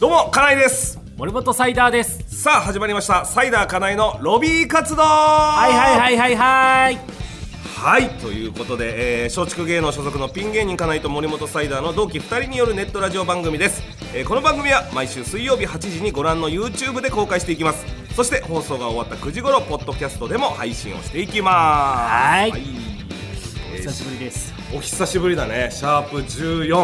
どうもかなえです森本サイダーですさあ始まりましたサイダーかなえのロビー活動ははいはいはいはいはいはいということでえー松竹芸能所属のピン芸人かなえと森本サイダーの同期2人によるネットラジオ番組です、えーこの番組は毎週水曜日8時にご覧の YouTube で公開していきますそして放送が終わった9時頃ポッドキャストでも配信をしていきますはいえー久しぶりですお久しぶりだねシャープ14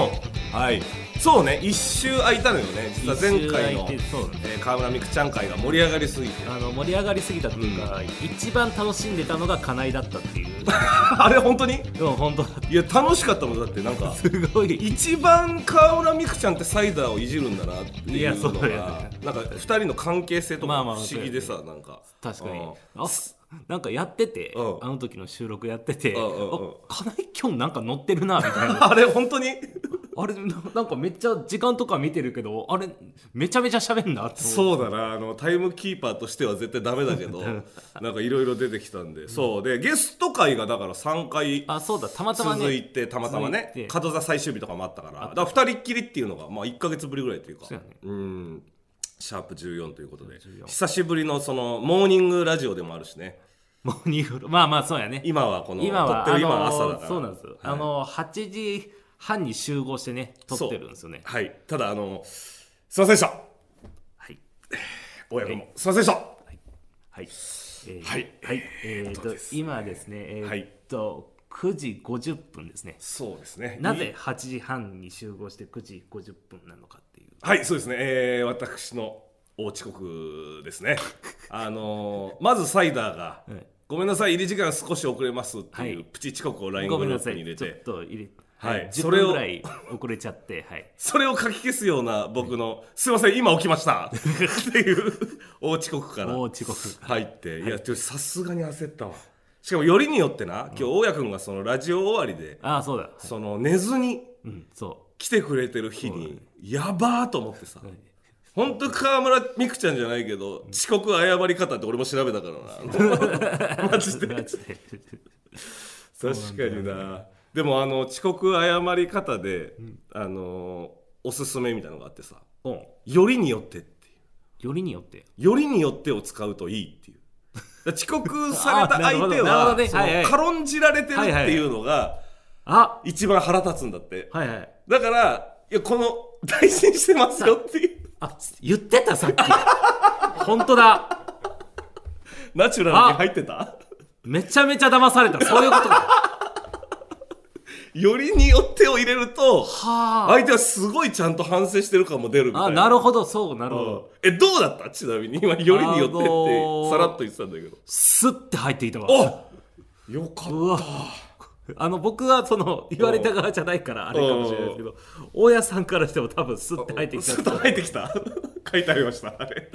はいそうね一周空いたのよね実は前回の一周空いてそうだねえー河村みくちゃん会が盛り上がりすぎてあの盛り上がりすぎたっていうか、一番楽しんでたのが金井だったっていう あれ本当にでも本当だいや楽しかったもんだってなん かすごい一番河村みくちゃんってサイダーをいじるんだなっていいやうのそうがだよねなんか二人の関係性とまかあまあ不思議でさなんか確かうにんあすなんかやってて、うんあの時の収録やってて、うんうんうんあ金井今日なんか乗ってるなみたいなあれ本当に あれななんかめっちゃ時間とか見てるけどあれめちゃめちゃ喋んなって思うそうだなあのタイムキーパーとしては絶対ダメだけ どなんかいろいろ出てきたんでそうでゲスト会がだから3回あそうだたまたまね続いてたまたまね続いて門座最終日とかもあったからだから2人っきりっていうのが、まあ、1か月ぶりぐらいというかそうやねうんシャープ14ということで久しぶりのそのモーニングラジオでもあるしねもうニーまあまあそうやね今はこの今は撮ってる今はあのー朝だからそうなんですよ、あのー8時半に集合してね撮ってるんですよねはいただあのすいませんでしたはい親子もすいませんでしたはい、えーはいはい、え ーどうとです今ですねえはーいっと9時50分ですねそうですねなぜ8時半に集合して9時50分なのかっていうはい、そうですね。えー私の大遅刻です ね。あのーまずサイダーが、はいごめんなさい、入り時間少し遅れますっていはういプチ遅刻を LINE ごグめんルなーさプにい入れ、ちょってと入れはい10それ分をぐらい遅れちゃってはいそれをかき消すような僕の、すいません、今起きましたっていう大遅刻からもう遅刻入って、いや、ちょさすがに焦ったわ。しかも、よりによってな、今日、大家君がそのラジオ終わりで、ああそうだその寝ずにうんそ来てくれてる日に、やばーと思ってさう、。はい本当川村美空ちゃんじゃないけど遅刻謝り方って俺も調べたから なマジでマジで確かになでもあの遅刻謝り方で、あのおすすめみたいなのがあってさ うん「よりによって」っていうよりによって「よりによって」を使うといいっ ていうだから遅刻されあたーなるほ相手どなるはほどねそのはいはい軽んじられてるっていうのがあ一番腹立つんだって、はいはいだからいやこの大事にしてますよっていうあ言ってたさっき本当だ ナチュラルに入ってためちゃめちゃ騙されたそういうことかはよりによってを入れるとあ相手はすごいちゃんと反省してる感も出るみたいな。あなるほどそうなるほど、うんえどうだったちなみに今よりによってってあのーさらっと言ってたんだけどスッて入っていたわおよかうわあの僕はその言われた側じゃないからあれかもしれないですけど大家さんからしても多分スッて入ってきちょた っと入ってきた書いてありましたあれ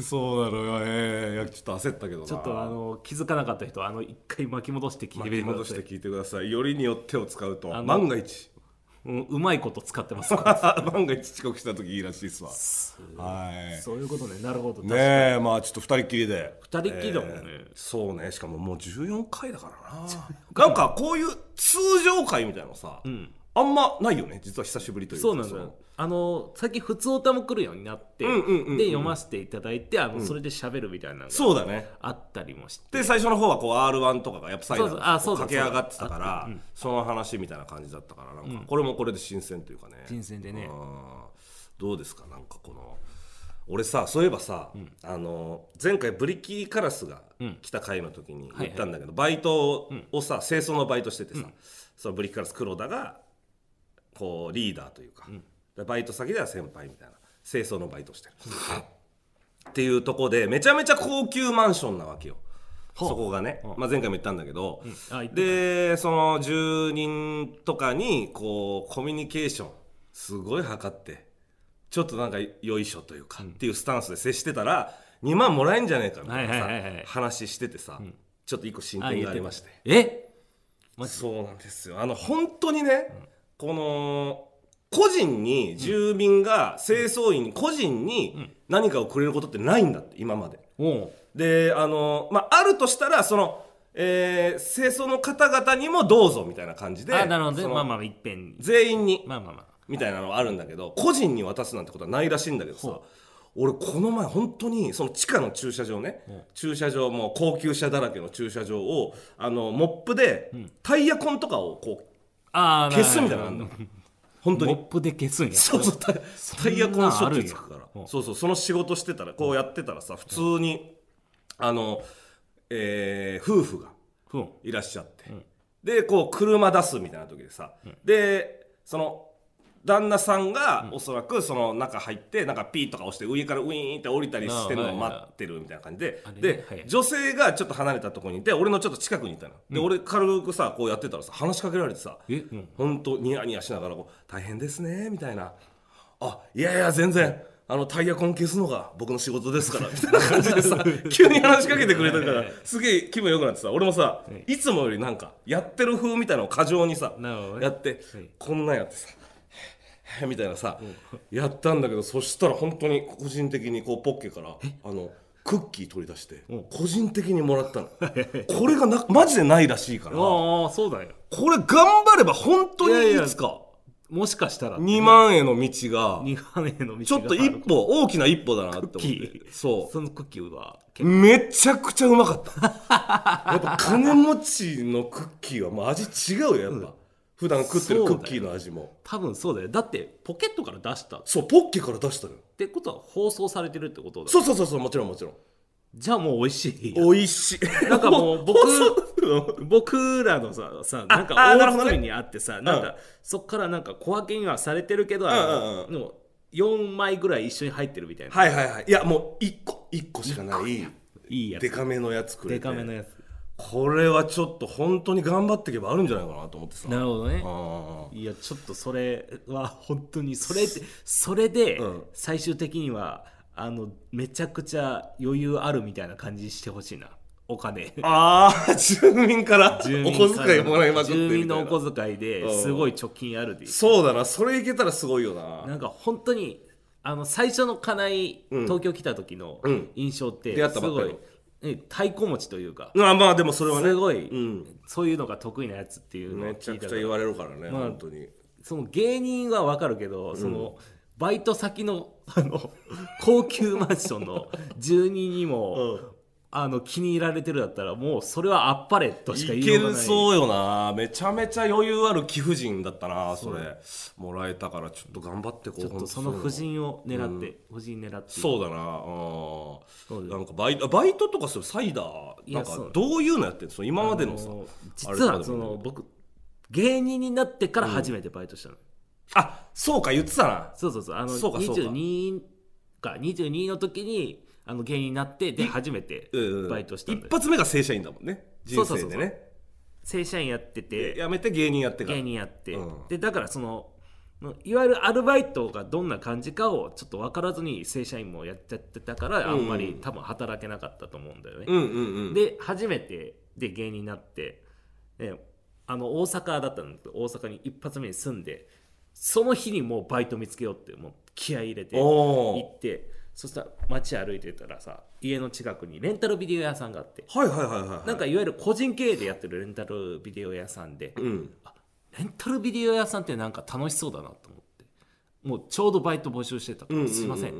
そうなのよえいやちょっと焦ったけどなちょっとあの気づかなかった人はあの一回巻き戻して聞いて巻みきてく戻だしさてい聞いてくださいよりによってを使うとの万が一 うんうまいこと使ってますから万が一遅刻した時いいらしいっすわはいそういうことねなるほど確かにねえまあちょっと二人っきりで二人っきりだもんねそうねしかももう14回だからななんかこういう通常回みたいなのさ、あんまないよね実は久しぶりというかそうなんだよあの最近普通歌も来るようになって、んうんうんうんで読ませていただいてあの、それで喋るみたいなのがそうだねあったりもしてで最初の方はこう r 1とかがやっぱ最後そうそうあそうだ駆け上がってたからそ,、の話みたいな感じだったからなんかこれもこれで新鮮というかね新鮮でねうんどうですかなんかこの俺さそういえばさ、あの前回ブリキーカラスが来た回の時に言ったんだけど、バイトをさ清掃のバイトしててさ、そのブリキーカラス黒田がこうリーダーというか、でバイト先では先輩みたいな清掃のバイト してるっていうとこでめちゃめちゃ高級マンションなわけよそこがね、まあ、前回も言ったんだけど、あ言ってたでその住人とかにこうコミュニケーションすごい測ってちょっとなんかよいしょというか、っていうスタンスで接してたら2万もらえんじゃねえかみたいなさ、はいはいはいはい話しててさ、ちょっと一個進展がありましてえそうなんですよあの本当にね、この個人に住民が清掃員個人に何かをくれることってないんだって今まで。もであの、まあ、あるとしたらその、えー清掃の方々にもどうぞみたいな感じうであなるほどねそのまあまあいっぺんに全員にまあまあまあみたいなのはあるんだけど個人に渡すなんてことはないらしいんだけどさ俺この前本当にその地下の駐車場ね、うん駐車場もう高級車だらけの駐車場をあのモップでタイヤ痕とかをこうああ消すみたいなのあんの本当モッにプで消すんやそうそうタイタイヤ痕しょっちゅうつくかそんなんあるんらやそうそうその仕事してたらこうやってたらさ普通にあのえー夫婦がうんいらっしゃって、でこう車出すみたいな時でさ、でその旦那さんがおそらくその中入ってなんかピーとか押して上からウィーンって降りたりしてるのをあはい待はいってるみたいな感じであれねではい女性がちょっと離れたところにいて俺のちょっと近くにいたので俺軽くさこうやってたらさ話しかけられてさえうんほんとニヤニヤしながらこう「大変ですね」みたいな「あいやいや全然あのタイヤ痕消すのが僕の仕事ですから」みたいな感じで さ急に話しかけてくれたからすげえ気分良くなってさ俺もさいつもよりなんかやってる風みたいなのを過剰にさなるほどねやってはいこんなんやってさみたいなさやったんだけどそしたら本当に個人的にこうポッケからあのクッキー取り出してうん個人的にもら ったのこれがなマジでないらしいからこああそうだよれ頑張れば本当いやにいやいつかもしかしたら2万円の道が二万円の道がちょっと一歩大きな一歩だなって思っクッキてーそそのクッキーはうめちゃくちゃうまかった やっぱ金持ちのクッキーはもう味違うよやっぱ、普段食ってるクッキーの味も多分そうだよだってポケットから出したっそうポッケから出したのよてことは放送されてるってことだそうそうそうそうもちろんもちろんじゃあもう美味しいやん美味しいなんかもう僕僕僕らのささなんかあーなる大ほどね作りにあってさなんか、そっからなんか小分けにはされてるけど、んうんうんでも4枚ぐらい一緒に入ってるみたいな、はいはいはいいやもう1個1個しかないい、いやつデカめのやつくれでてかめのやつこれはちょっと本当に頑張っていけばあるんじゃないかなと思ってさなるほどねあいやちょっとそれは本当にそれそれでうん最終的にはあのめちゃくちゃ余裕あるみたいな感じにしてほしいなお 金あー住民から住お民から小遣いもらいまくって住み民たのいおな小遣いでうんすごい貯金あるでそうだなそれいけたらすごいよななんか本当にあの最初の金井、うん東京来た時のうん印象って出会っすたばっかごりい、うん太鼓持ちというか、まあまあでもそれはねすごい、うんそういうのが得意なやつっていうのをめちゃ聞いくたちゃから言われるからねまあ本当にその芸人はわかるけど、そのバイト先のあの高級マンションの住人にも、うんあの気に入られてるだったらもうそれはあっぱれとしか言いいよけうがるないそうよなめちゃめちゃ余裕ある貴婦人だったなそれもらえたからちょっと頑張ってこうちょっほんととそのういう夫人を狙って、夫人狙ってそうだそうだなようんなんかバイトバイトとかするサイダーいなやんかそうどういうのやってんのその今までのさああのれとかでもいいんだけ実どはその僕芸人になってから初めてバイトしたの、あそうか言ってたなそうそうそうあのそうかそうか22か22の時にあの芸人になってで初めてうんバイトしたんで一発目が正社員だもんね人そう生そでうそうそね正社員やってでてやめて芸人やってから芸人やって、うんでだからそのいわゆるアルバイトがどんな感じかをちょっと分からずに正社員もやっちゃってたからあんまり多分働けなかったと思うんだよね、うんうんうんで初めてで芸人になって、ね、あの大阪だったんだけど大阪に一発目に住んでその日にもうバイト見つけようってもう気合い入れて行おーってそしたら街歩いてたらさ家の近くにレンタルビデオ屋さんがあってはいはいはいはいはいなんかいわゆる個人経営でやってるレンタルビデオ屋さんでうんあレンタルビデオ屋さんってなんか楽しそうだなと思ってもうちょうどバイト募集してたかうんうんうら「んうんすいません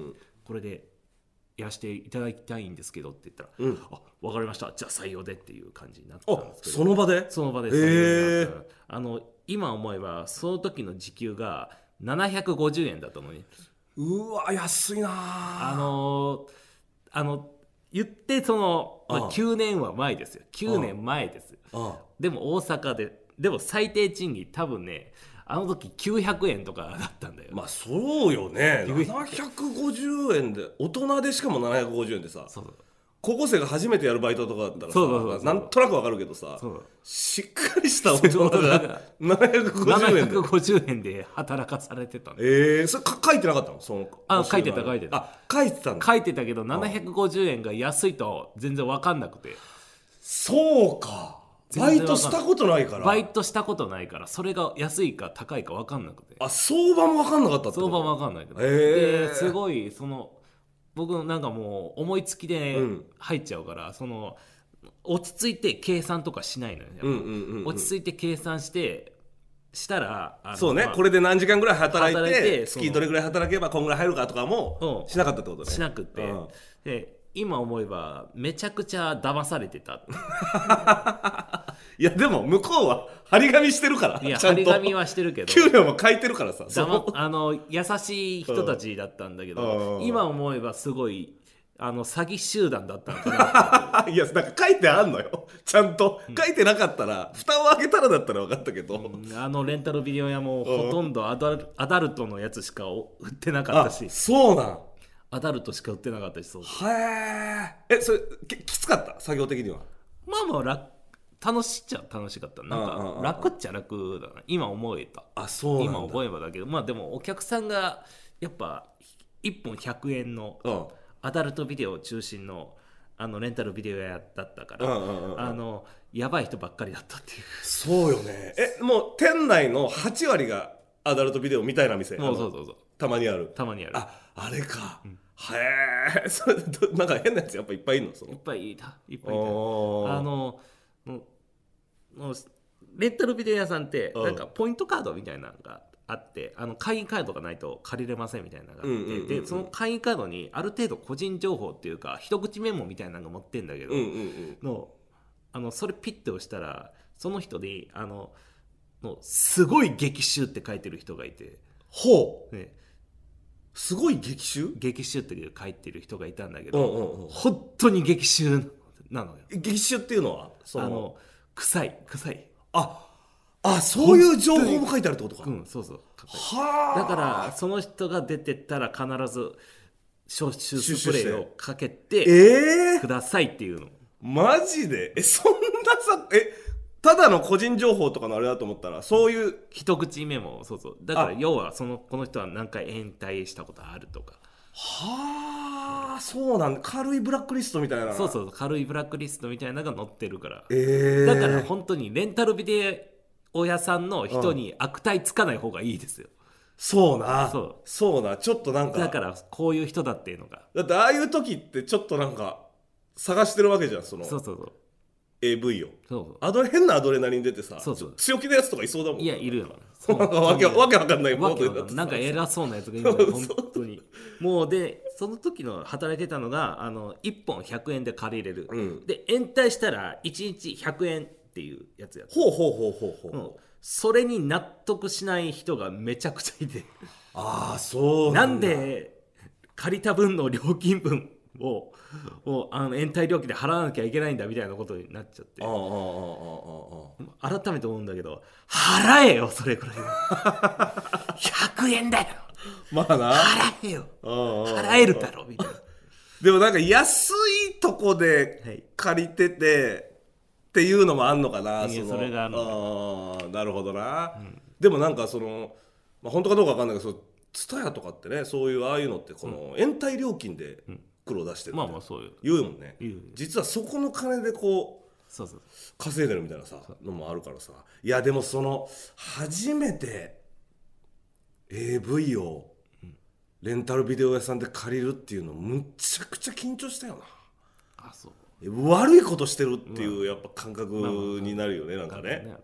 これでやらせていただきたいんですけど」って言ったら「うんあわかりましたじゃあ採用で」っていう感じになったんあですけどその場でその場でへ採用えになったあの今思えばその時の時給が750円だったのにうわ安いなああのーあの言ってその、まああ、あ9年は前ですよ9年前ですよあでも大阪ででも最低賃金多分ねあの時900円とかだったんだよ、まあそうよねびっくり750円で大人でしかも750円でさそうそう高校生が初めてやるバイトとかだったらさそうそうそうそうなんとなくわかるけどさそうしっかりした大人が750円で750円で働かされてたんだえー、それか書いてなかったのそのあ書いてた書いてたあ書いてたんだ書いてたけど750円が安いと全然分かんなくてそうかバイトしたことないからバイトしたことないからそれが安いか高いか分かんなくてあ相場も分かんなかったってこと相場分かんないけど、へーですごいその僕なんかもう思いつきでうん入っちゃうから、その落ち着いて計算とかしないのよ、ねうんうんうんうん落ち着いて計算してしたらあのそうねまあこれで何時間ぐらい働いて働いてそ月のどれぐらい働けばこんぐらい入るかとかもうんしなかったってことねしなくて、うんで今思えばめちゃくちゃ騙されて たいやでも向こうは張り紙してるからいやちゃ張んりと紙はしてるけど給料も書いてるからさだま そうあの優しい人たちだったんだけうんど、うん今思えばすごいあの詐欺集団だったのかないやなんか書いてあんのよちゃんと書いてなかったら蓋を開けたらだったら分かったけど、 あのレンタルビデオ屋もほとんどアダルアダルトのやつしかお売ってなかあったしそうなんアダルトしか売ってなかったしそうへええそれききつかった作業的にはまあまあ楽楽しっちゃ楽しかったなんうんうんうかん楽っちゃ楽だな今思えたあそうなんだ今思えばだけどまあでもお客さんがやっぱ1本100円のうんアダルトビデオ中心のあのレンタルビデオ屋だったから、うんうんうんうんあのやばい人ばっかりだったっていうそうよねえもう店内の8割がアダルトビデオみたいな店もうあそうのそうそうたまにあるたまにあるああれか、へえ それどなんか変なやつやっぱいっぱいいるのそいっのぱいいたいっぱいいたああのもうもうレンタルビデオ屋さんってうんなんかポイントカードみたいなのがあってあの会員カードがないと借りれませんみたいなのがあって、うんうんうんうんでその会員カードにある程度個人情報っていうか一口メモみたいなのが持ってんだけど、うんうんうんのあのそれピッて押したらその人であののすごい激臭って書いてる人がいて、ほうね、すごい激臭激臭って書いてる人がいたんだけうど、んうんうん本当に激臭なのよ激臭っていうのはそあのの臭い臭いああそういう情報も書いてあるってことか、うんそうそうはあだからその人が出てったら必ず消臭スプレーをかけてええくださいっていうのマジでえそんなさえただの個人情報とかのあれだと思ったらそういう一口メモをそうそうだからあ要はそのこの人は何回延滞したことあるとかはあそうなんだ軽いブラックリストみたいなそうそうそう軽いブラックリストみたいなのが載ってるからええだから本当にレンタルビデオ屋さんの人に悪態つかない方がいいですよそうなそそううなちょっとなんかだからこういう人だっていうのがだってああいう時ってちょっとなんか探してるわけじゃんそのそうそうそう AV をそうアドレ変なアドレナリン出てさそうそう強気なやつとかいそうだもんいやいるよなんか わけわけわかんないわにけなってわかんさないなんか偉そうなやつがいるのよ本当にもうでその時の働いてたのがあの1本100円で借りれる、うんで延滞したら1日100円っていうやつやったほうほうほうほうほう、うんそれに納得しない人がめちゃくちゃいてああそうななんんだで借りた分の料金分ををあの延滞料金で払わなきゃいけないんだみたいなことになっちゃってああああああああ改めて思うんだけど払えよそれくらいは 100円だよまあな払えようんうん払えるだろみたいなでもなんか安いとこはいで借りててっていうのもあんのかないやのそれがあるあーなるほどな、でもなんかその、まあ、本当かどうかわかんないけどそう蔦屋とかってねそういうああいうのってこの延滞料金で黒を出してるまあっまあてそうよ言うもんね、言うよね実はそこの金でこうそうそう稼いでるみたいなさのもあるからさいやでもその初めて AV をレンタルビデオ屋さんで借りるっていうのむちゃくちゃ緊張したよなあそう悪いことしてるっていうやっぱ感覚になるよねなんかね、あれ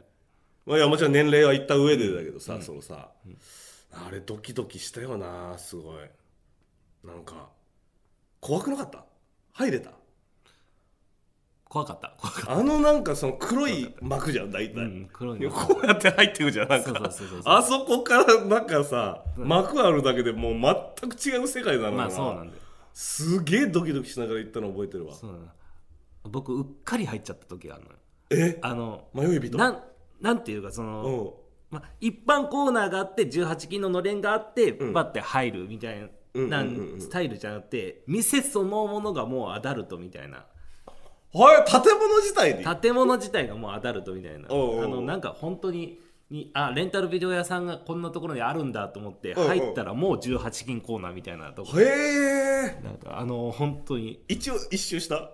まあ、いやもちろん年齢は言った上でだけどさ、そのさ、あれドキドキしたよなすごいなんか怖くなかった入れた怖かった怖かっあのなんかその黒い幕じゃん大体、た、うん、黒いいやのこうやって入ってくじゃんなんそうそうかそうそうあそこからなんかさ幕あるだけでもう全く違う世界なのよまあそうなんだよすげえドキドキしながら行ったの覚えてるわそうなんだ僕うっかり入っちゃった時があるのよえあの迷い人なんなんていうかその、うんまあ、一般コーナーがあって18金ののれんがあってんバッて入るみたいうんうんなうんうんスタイルじゃなくて店そのものがもうアダルトみたいなはい建物自体に建物自体がもうアダルトみたいなあおうおうおうのなんか本当ににあレンタルビデオ屋さんがこんなところにあるんだと思ってうんうん入ったらもう18金コーナーみたいなとこへえなんかあの本当に一応一周した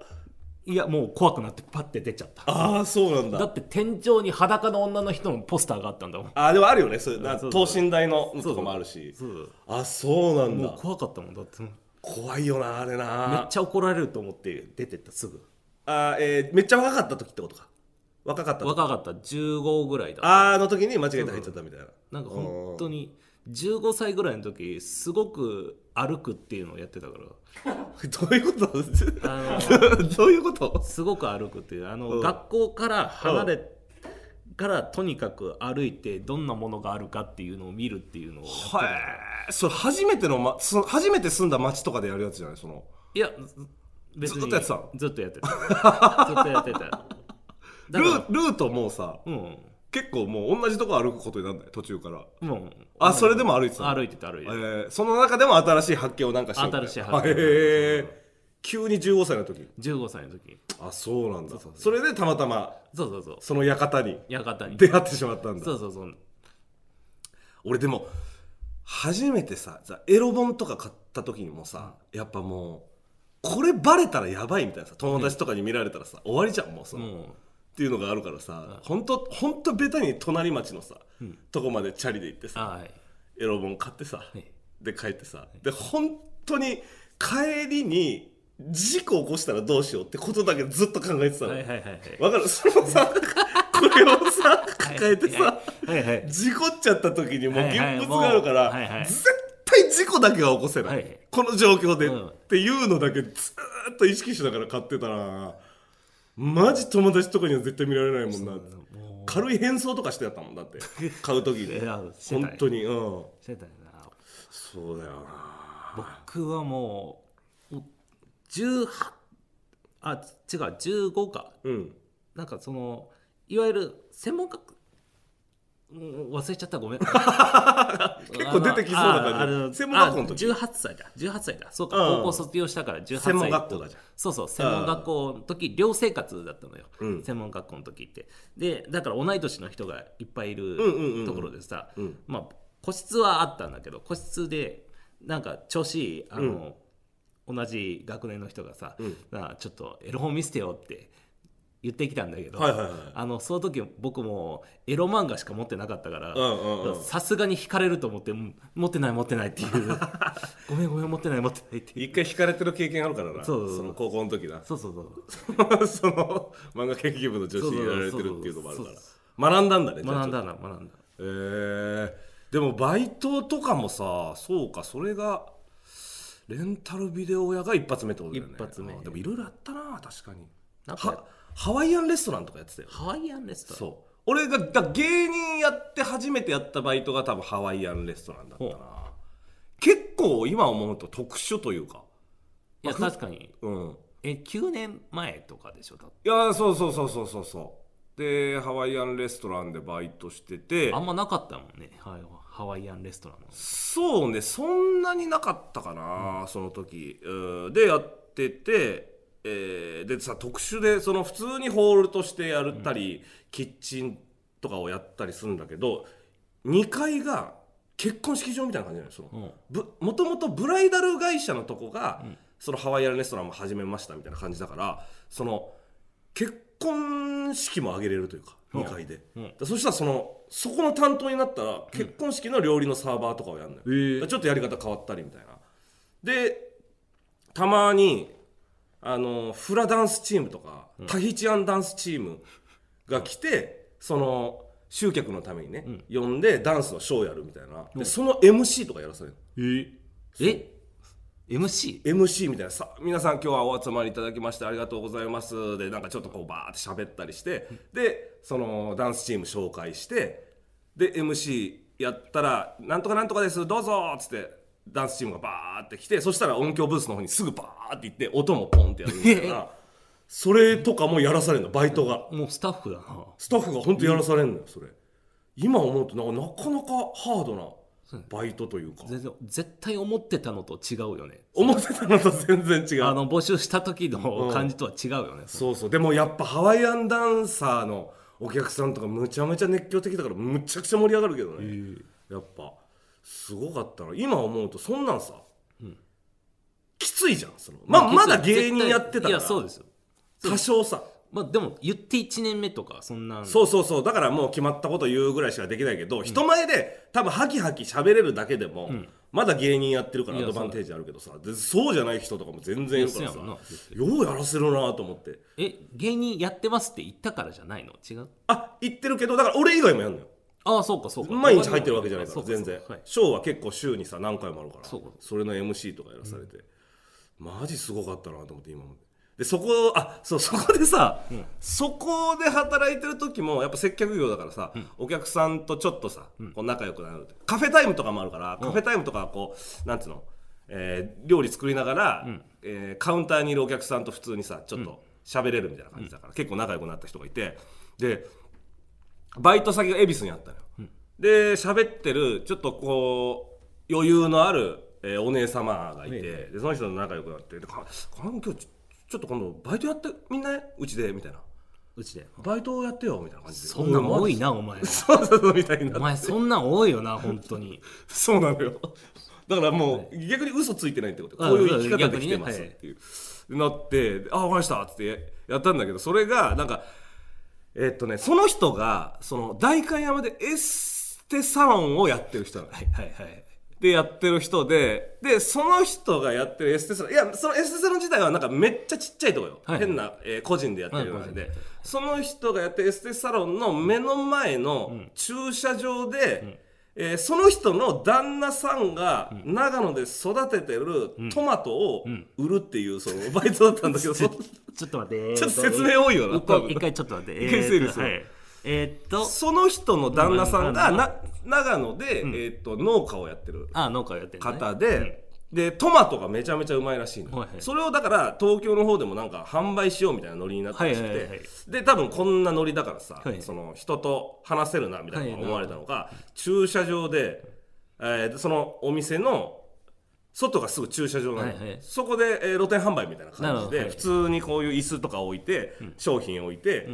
いやもう怖くなってパッて出ちゃったああそうなんだだって天井に裸の女の人のポスターがあったんだもんあーでもあるよねそういうなそう等そう身大のとかもあるしそうあそうなんもうだ怖かったもんだってもう怖いよなあれめっなちゃ怒られると思って出てったすぐあーえーめっちゃ若かった時ってことか若かった時若かった15ぐらいだったあーの時に間違えて入っちゃったみたいななんか本当に15歳ぐらいの時すごく歩くっていうのをやってたから どういうことあどういうことのすごく歩くっていうあの、うん学校から離れからとにかく歩いてどんなものがあるかっていうのを見るっていうのをやってたはいそれ初めての、ま、その初めて住んだ町とかでやるやつじゃないそのいや別にずっとやってたのずっとや ってたずっとやってただかルらールートもうさうん結構もう同じとこ歩くことになるんだよ途中からもうあそれでも歩いてたの歩いてた歩いてえたーその中でも新しい発見をなんかしてるみた新しいな発見あへー急に15歳の時15歳の時あそうなんだそれでたまたまそうそうそうその館に館に出会ってしまったんだそうそうそう俺でも初めてささエロ本とか買った時にもさ、やっぱもうこれバレたらやばいみたいなさ友達とかに見られたらさ、終わりじゃんもうその、っもていうのがあるからさ本当本当ベタに隣町のさ、うんとこまでチャリで行ってうさはいエロ本買ってさ、いで帰ってさで本当に帰りに事故起こしたらどうしようってことだけずっと考えてたの、はいはいはいはいわかるそのさこれをさ抱えてさ、はいはい事故っちゃった時にもうはいはい現物があるから、もうはいはい絶対事故だけは起こせない、はいこの状況で、うんっていうのだけずーっと意識しながら買ってたらマジ友達とかには絶対見られないもんなも軽い変装とかしてやったもんだ って買う時にいやしてたね本当にうんうしてたよなそうだよな僕はもうもう18あ違う15かうんなんかそのいわゆる専門学うん忘れちゃったごめん結構出てきそうな感じ専門学校の時18歳だ18歳だそうかうん高校卒業したから18歳専門学校だじゃんそうそう専門学校の時寮生活だったのよ、うん専門学校の時ってでだから同い年の人がいっぱいいうんるうんうんところでさ、うんまあ個室はあったんだけど個室でなんか調子いいあの、同じ学年の人がさ、うんなあちょっとエロ本見せてよって言ってきたんだけど、はいはいはいあのその時僕もエロ漫画しか持ってなかったからうんうんうんさすがに惹かれると思ってうん持ってない持ってないっていう ごめんごめん持ってない持ってないっていう一回引かれてる経験あるからなそうそうそうの高校の時なそうそうそ うその漫画研究部の女子にやられてるっていうのもあるからそうそうそ学んだんだねじゃあ学んだな学んだえー、でもバイトとかもさそうかそれがレンタルビデオ屋が一発目ってことだよね一発目あーでもいろいろあったな確かになんかはハワイアンレストランとかやってたよハワイアンレストランそう俺がが芸人やって初めてやったバイトが多分ハワイアンレストランだったなほ結構今思うと特殊というかいや確かにうんえ9年前とかでしょだっていやーそうそうそうそうそうそうでハワイアンレストランでバイトしててあんまなかったもんねはいハワイアンレストランのそうねそんなになかったかな、その時うんでやってて、えーでさ特殊でその普通にホールとしてやったり、キッチンとかをやったりするんだけど2階が結婚式場みたいな感じなのよその、うんぶもともとブライダル会社のとこが、んそのハワイアンレストランも始めましたみたいな感じだからその結婚式も挙げれるというかうん2階で、うんだからそしたらそのそこの担当になったら結婚式の料理のサーバーとかをやるのよ、えだからちょっとやり方変わったりみたいなでたまにあのフラダンスチームとか、タヒチアンダンスチームが来て、その集客のためにね、呼んでダンスのショーやるみたいな、でその MC とかやらされるええ MC? MC みたいなさ皆さん今日はお集まりいただきましてありがとうございますでなんかちょっとこうバーって喋ったりしてでそのダンスチーム紹介してで MC やったら「なんとかなんとかですどうぞ」っつってダンスチームがバーって来てそしたら音響ブースの方にすぐバーって行って音もポンってやるみたい なそれとかもやらされるのバイトが。もうスタッフだなスタッフが本当やらされんのよそれ今思うとなんかなかなかハードなバイトというか全然絶対思ってたのと違うよね思ってたのと全然違あうの募集した時の感じとは違うよね、そうそうでもやっぱハワイアンダンサーのお客さんとかむちゃめちゃ熱狂的だからむちゃくちゃ盛り上がるけどねやっぱすごかったな今思うとそんなんさ、きついじゃんそのままだ芸人やってたいからやそうですよ多少さまあでも言って1年目とかそんなそうそうそうだからもう決まったこと言うぐらいしかできないけど、人前で多分ハキハキ喋れるだけでも、まだ芸人やってるからいアやドバンテージあるけどさでそうじゃない人とかも全然いるからさいやそようやろううやらせるなと思ってえ芸人やってますって言ったからじゃないの違うあ言ってるけどだから俺以外もやんのよああそうかそうか毎日入ってるわけじゃないかそらうそう全然はいショーは結構週にさ何回もあるからそうかそれの MC とかやらされてマジすごかったなと思って今もでそこあそうそこでさそこで働いてる時もやっぱ接客業だからさお客さんとちょっとさこう仲良くなるカフェタイムとかもあるからカフェタイムとかはこうなんつうのえー料理作りながらえーカウンターにいるお客さんと普通にさちょっと喋れるみたいな感じだから結構仲良くなった人がいてでバイト先が恵比寿にあったのよ、で喋ってるちょっとこう余裕のある、えーお姉様がいて、えでその人と仲良くなって「でかかな今日ちょちょっと今度バイトやってみんなねうちで」みたいなうちで「バイトやってよ」みたいな感じでそんなん多いななお前そうそうそうみたいおな前そんなん多いよな本当に そうなのよだからもう、逆に嘘ついてないってことあこういう生き方で逆きにてねますっていう、なって「あ分かりました」っつってやったんだけどそれがなんかえっとねその人がその代官山でエステサロンをやってる人なのはいはいはいでやってる人ででその人がやってるエステサロンいやそのエステサロン自体はなんかめっちゃちっちゃいとこよ、はい変な、えー個人でやってるようなはいん個人でで、やってるその人がやってるエステサロンの目の前の駐車場で、えーその人の旦那さんが長野で育ててるトマトを売るっていうそのバイトだったんだけ ど、そのちょっと待ってちょっと説明多いよな一多個分一回ちょっと待って一回整理するはいえーっとその人の旦那さんがうんな長野で、えーっと農家をやってるあ農家やってる方で、でトマトがめちゃめちゃうまいらしいのよ、はいはいそれをだから東京の方でもなんか販売しようみたいなノリになってまして、はいはいはいで多分こんなノリだからさ、はいその人と話せるなみたいなのが思われたのか、駐車場で、えーそのお店の外がすぐ駐車場なのよ、はいはいそこで、えー露店販売みたいな感じで、なるほどはい普通にこういう椅子とか置いて、商品置いて、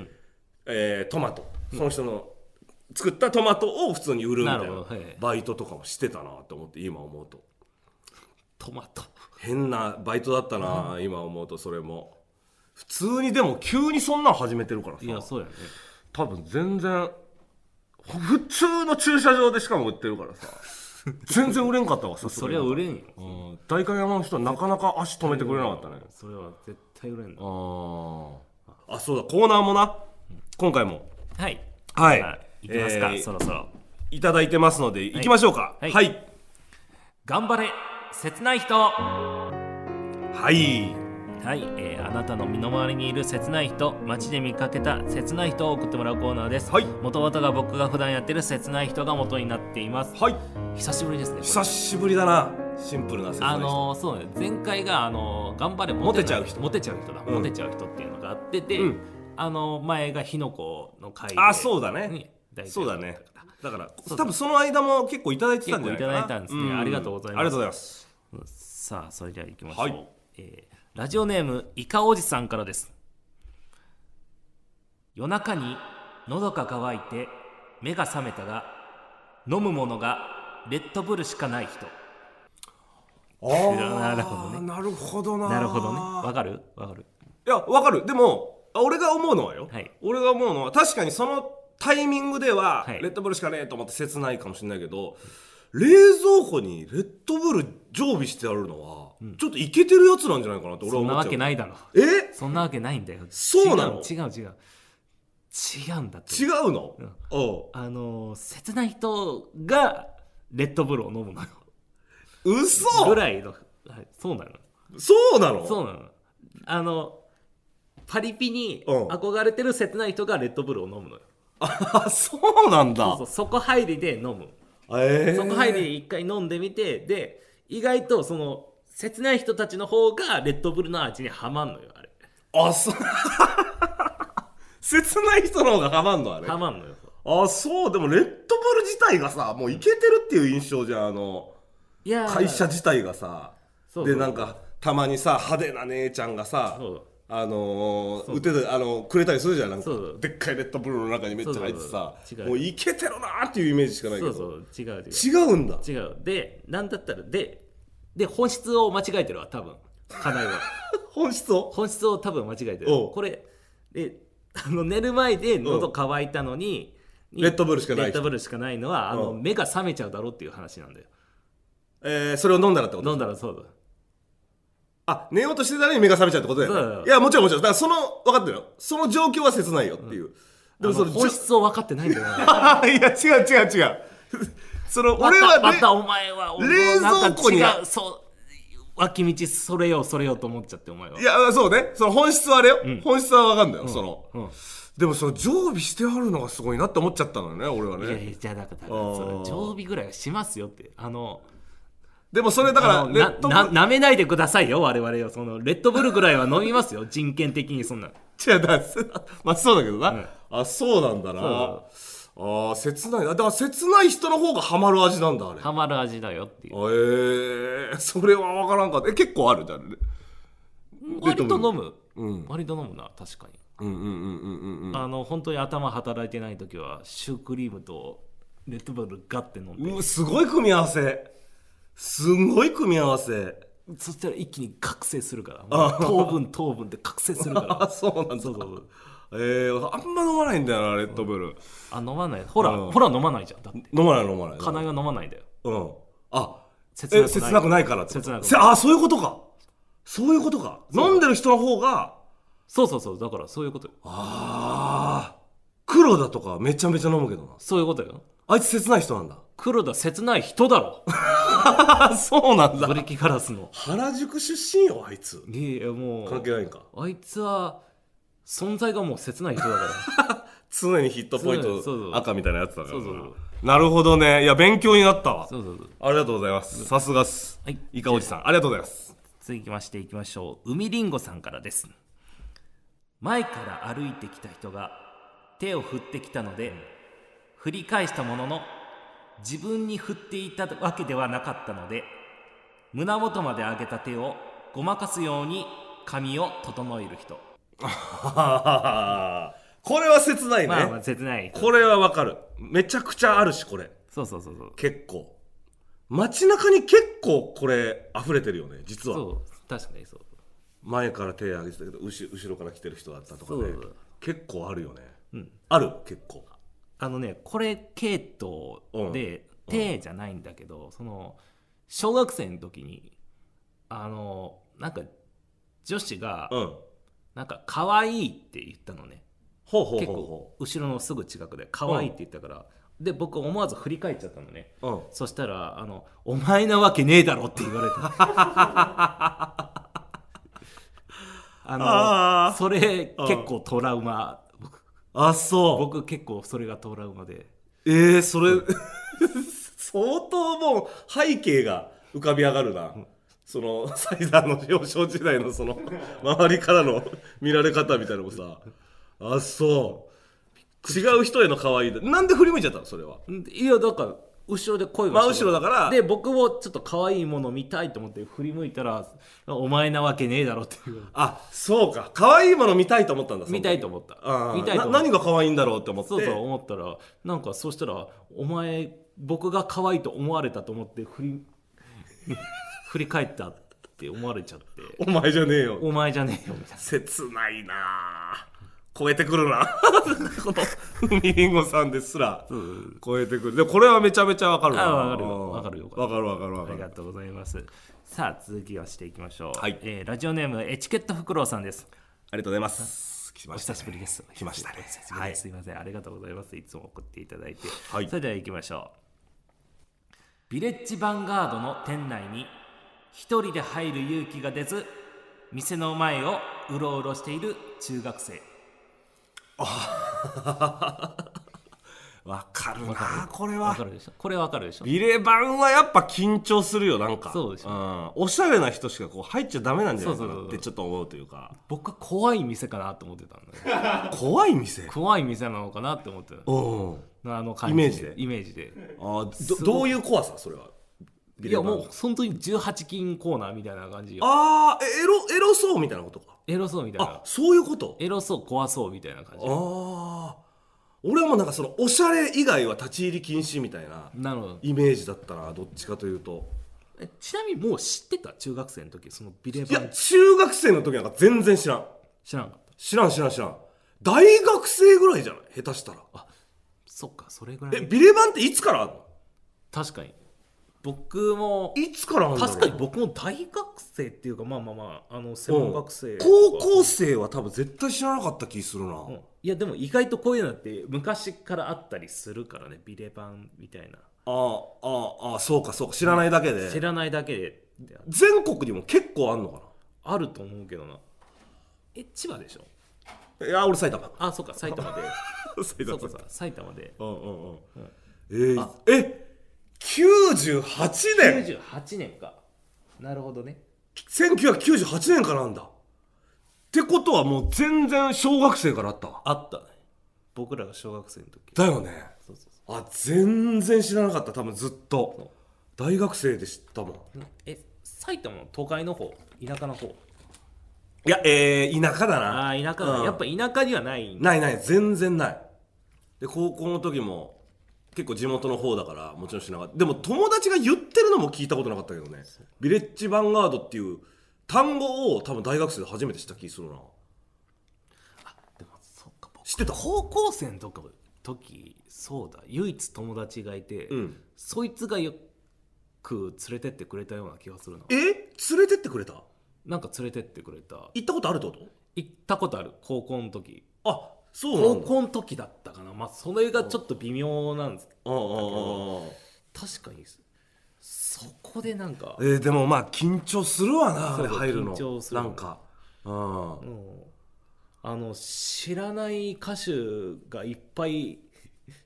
えートマトその人の作ったトマトを普通に売るみたいななるほどはいはいバイトとかもしてたなと思って今思うと。トマト変なバイトだったな、今思うとそれも普通にでも急にそんなん始めてるからいやさそうやね多分全然ほ普通の駐車場でしかも売ってるからさ全然売れんかったわさすそがにれは売れんようん代官山の人はなかなか足止めてくれなかったねそれは絶対売れんのああそうだコーナーもな今回もはいはいまあいきますか、えーそろそろいただいてますので行きましょうかはいはい頑張れ切ない人ははいい、えーあなたの身の回りにいる切ない人街で見かけた切ない人を送ってもらうコーナーです、はい元々が僕が普段やってる切ない人が元になっていますはい久しぶりですねこれ久しぶりだなシンプルな説明あのーそうね前回があのー頑張れモモテちゃう人モテちゃう人だ、うんモテちゃう人っていうのがあってで、うんあのー前が火の粉の会であそうだね大体そうだねだからそう多分その間も結構いただいてたんじゃないかな結構いただいたんですねありがとうございますありがとうございますさあそれでは行きましょはう、いえーラジオネームイカおじさんからです夜中に喉が渇いて目が覚めたが飲むものがレッドブルしかない人あなるほどーねなるほどななるほどねわかるわかるいやわかるでもあ俺が思うのはよ、はい俺が思うのは確かにそのタイミングでははいレッドブルしかねえと思って切ないかもしれないけど、冷蔵庫にレッドブル常備してあるのは、ちょっとイケてるやつなんじゃないかなって俺そはんな思っわちゃうけないだろえそんなわけないんだよそうなの違う違う違う違うんだって違うの、うんおあのー切ない人がレッドブルを飲むのよう嘘ぐらいの、はい、そうなのそうなのそうなの。あの、パリピにうん憧れてる切ない人がレッドブルを飲むのよ。 あそうなんだそうそこ入りで飲む。えーそこ入りで一回飲んでみて、で、意外とその、切ない人たちの方がレッドブルの味にはまんのよ、あれ。あ、そう切ない人の方がハマんのあれ。はまんのよ。あ、そう、でもレッドブル自体がさ、もういけてるっていう印象じゃん、あの、いやー会社自体がさ、そうで、なんか、たまにさ、派手な姉ちゃんがさそう、あのー、う売ってた、あのくれたりするじゃん、なんかそう、でっかいレッドブルの中にめっちゃ入ってさそうそう違う、もういけてるなーっていうイメージしかないけそど、うそう、違う違う。違うんだ。違う。で、なんだったら、で、で、本質を間違えてるわ、多分。課題は。本質を。本質を多分間違えてるおうこれであの寝る前で喉乾いたのにレッドブルしかないレッドブルしかないのはあのうん目が覚めちゃうだろうっていう話なんだよえーそれを飲んだらってこと飲んだらそうあ寝ようとしてたのに目が覚めちゃうってことだそうよだよねいやもちろんもちろんだからその分かってるよその状況は切ないよっていう、だ。あの本質を分かってないんだよな。 いや違う違う違う その 俺はまたまねたお前は冷蔵庫になんか違うそう脇道それようそれようと思っちゃってお前はいやそうねその本質はあれよ、本質は分かんだよ、そのうん、いでもその常備してあるのがすごいなって思っちゃったのよね俺はやいねやじゃあだからだからあーそれ常備ぐらいはしますよってあのでもそれだかあらのレなッドブなルなめないでくださいよ我々よそのレッドブルぐらいは飲みますよ人権的にそんな違うだから まあそうだけどな、んあそうなんだなそうあー切ないなだから切ない人の方がハマる味なんだあれハマる味だよっていうええー、それは分からんかったえ結構あるじゃんね割と飲む、うん割と飲むな確かに、うんうんうんうんうんうんあの本当に頭働いてない時はシュークリームとレッドブルガッて飲んでうわすごい組み合わせすごい組み合わせそしたら一気に覚醒するから糖分糖分で覚醒す るからあそうなんだそうそうそうえー、あんま飲まないんだよなレッドブル、あ飲まないほら、うんほら飲まないじゃんだって飲まない飲まない金井は飲まないんだようんあ切え切なくいないからってこと切なくないせあそういうことかそういうことか飲んでる人の方がそうそうそうだからそういうことよああ黒田とかめちゃめちゃ飲むけどなそういうことよあいつ切ない人なんだ黒田切ない人 だろあそうなんブリキガラスの原宿出身 よあいついやも関う係ないんかあいつは存在がもう切ない人だから 常にヒットポイン常にそうそうト赤みたいなやつだからなそうそうそうなるほどねいや勉強になったわそうそうそうありがとうございますさすがっすはいイカおじさんありがとうございます続きましていきましょう海りんごさんからです前から歩いてきた人が手を振ってきたので振り返したものの自分に振っていたわけではなかったので胸元まで上げた手をごまかすように髪を整える人、 これは切ないね、まあまあ切ないこれはわかるめちゃくちゃあるしこれそうそうそうそう結構街中に結構これ溢れてるよね実はそう確かにそう前から手挙げてたけど後後ろから来てる人だったとかねそう結構あるよね、うんある結構あのねこれ系統で「手」じゃないんだけど、その小学生の時にあのなんか女子がうんなんか可愛いって言ったのねほうほう結ほ構後ろのすぐ近くで可愛いって言ったから、で僕思わず振り返っちゃったのねうほう、うん、そしたらあの「お前なわけねえだろ」って言われ たあのあーそれ結構トラウマあそう僕結構それがトラウマでえー、それ、 相当もう背景が浮かび上がるな、そのサイダーの幼少時代のその周りからの見られ方みたいなのもさあそう違う人への可愛いだなんで振り向いちゃったのそれは、んいやだから後ろで声が真後ろだからで僕もちょっと可愛いもの見たいと思って振り向いたら「お前なわけねえだろ」っていうあそうか可愛いもの見たいと思ったんだその時見たいと思ったあー見たいと思ったな何が可愛いんだろうって思ってそうそう思ったらなんかそうしたら「お前僕が可愛いと思われたと思って振り 振り返った」って思われちゃってお前じゃねえ「よお前じゃねえよ」みたいな切ないなあ超えてくるな このみりんごさんですら超えてくるでこれはめちゃめちゃわかるなあわかるよわかるよわかるわかるわあかりがるとうございますさあ続きをしていきましょう、はいえーラジオネームエチケットフクロウさんですありがとうございます来おましたね久しぶりです。来ましたねお久しぶりです。すいません。ありがとうございます。いつも送っていただいて。はいそれでは行きましょう。ビレッジヴァンガードの店内に一人で入る勇気が出ず、店の前をうろうろしている中学生。わかるなあこれわはかるでしょこれわかるでしょビレバンはやっぱ緊張するよなんかそうでしょん、おしゃれな人しかこう入っちゃダメなんじゃないかそうなそうっそうてちょっと思うというか僕は怖い店かなと思ってたん だよ。怖い店怖い店なのかなって思ってた。うんあの感イメージでイメージで。あすどごいどういう怖さそれはいビレやバンもう本当に18金コーナーみたいな感じよ。ああエロエロそうみたいなことかエロそうみたいあな。そういうことエロそう怖そうみたいな感じ。ああ俺はもうなんかそのおしゃれ以外は立ち入り禁止みたいななるほど。イメージだったなどっちかというとえちなみにもう知ってた中学生の時そのビレいやバン中学生の時なんか全然知らん知らんかった知らん知らん知らん大学生ぐらいじゃない下手したらそっかそれぐらえいビレバンっていつからあんの確かに僕もいつからあんだろう確かに僕も大学生っていうかまあまあまああの専門学生とか高校生は多分絶対知らなかった気するな、うんいやでも意外とこういうのって昔からあったりするからねビレ版みたいなあーあーあーそうかそうか知らないだけで、知らないだけでって全国にも結構あんのかあると思うけどなえ千葉でしょないや俺埼 玉あそうか埼玉で埼そうかそうか埼玉でうんうんうんんえー、え98年98年かなるほどね1998年からなんだってことはもう全然小学生からあったわあったね僕らが小学生の時だよねそうそうそあ全然知らなかった多分ずっと大学生で知ったもんうえ埼玉の都会の方田舎の方いやえー、田舎だなああ田舎だ、うんやっぱ田舎にはないんだないない全然ないで高校の時も結構地元の方だからもちろんしなかったでも友達が言ってるのも聞いたことなかったけどねビレッジヴァンガードっていう単語を多分大学生で初めて知った気するなでもそっか僕知ってた高校生の時時そうだ唯一友達がいて、うんそいつがよく連れてってくれたような気がするなえ連れてってくれたなんか連れてってくれた行ったことあるってこと行ったことある高校の時あそうなん高だ校の時だったかなまあそれがちょっと微妙なんですあああああ確かにですそこでなんかあえーでもまあ緊張するわなあそうれそう入るの緊張するなんかうんうんあの知らない歌手がいっぱい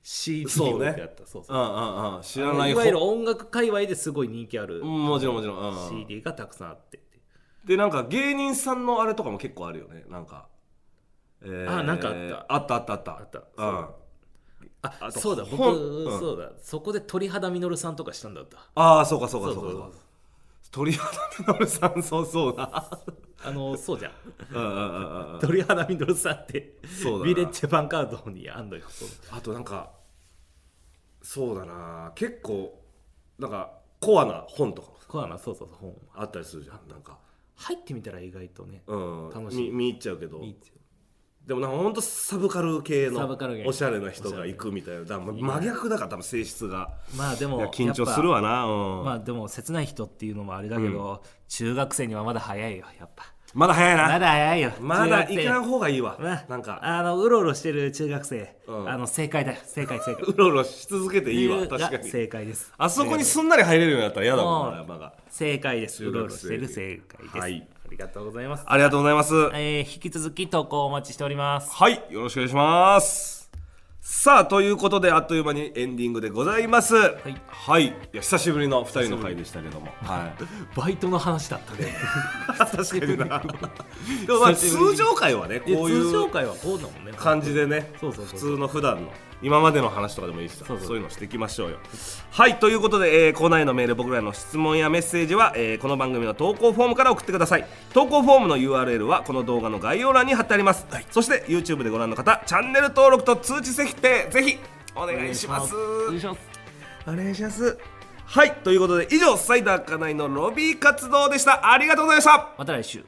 CD そをうね置いてあったそうそううんうんうん知あらのないいわゆる音楽界隈ですごい人気あるうんもちろんもちろんうんうん CD がたくさんあってってでなんか芸人さんのあれとかも結構あるよねなんか、えーあなんかあったあったあったあったあったうん、ああとそうだ僕本うんそうだそこで鳥肌実さんとかしたんだったああそうかそうかそうそそううかそううそか鳥肌のるさんそうそうだ あのそうじゃんうんうんうんうん鳥肌実さんってそうだなビレッジヴァンガードにあんのよあとなんかそうだな結構なんかコアな本とかもコアなそうそうそう本あったりするじゃんなんか、入ってみたら意外とねうん、楽しい見見入っちゃうけどいいですよでもなんかほんとサブカル系サブカル系のおしゃれな人が行くみたいなだから真逆だから多分性質がまあでいもや緊張やっぱするわな、うん、まあでも切ない人っていうのもあれだけど、中学生にはまだ早いよやっぱまだ早いなまだ早いよまだ行かんん方がいいわ。ななんか、あのうろうろしてる中学生、うんあの正解だよ正解正解うろうろし続けて いい理わ、由が確かに。正解ですあそこにすんなり入れるようになったら嫌だもんうんな、山が。正解ですう中ろうろ学し生てる正解です、はいありがとうございます、ありがとうございます。はえー、引き続き投稿お待ちしておりますい、よろしくお願いします。さあ、ということで、あっという間にエンディングでございます。はいい。いや、久しぶりの二人の回でしたけども。 はい。バイトの話だったね確かにな。でもまあ、久しぶり通常回はね、いやこう通い常う会はこうだもんね感じでね、そうそうそ普う通の普段の。今までの話とかでもいいしさそうそうそういうのしていきましょうよはいということで、えー、コーナーへのメール僕らへの質問やメッセージは、えーこの番組の投稿フォームから送ってください投稿フォームの URL はこの動画の概要欄に貼ってあります、そして YouTube でご覧の方チャンネル登録と通知設定ぜひお願いしますお願いしますお願いしますはいということで以上サイダーカナイのロビー活動でしたありがとうございましたまた来週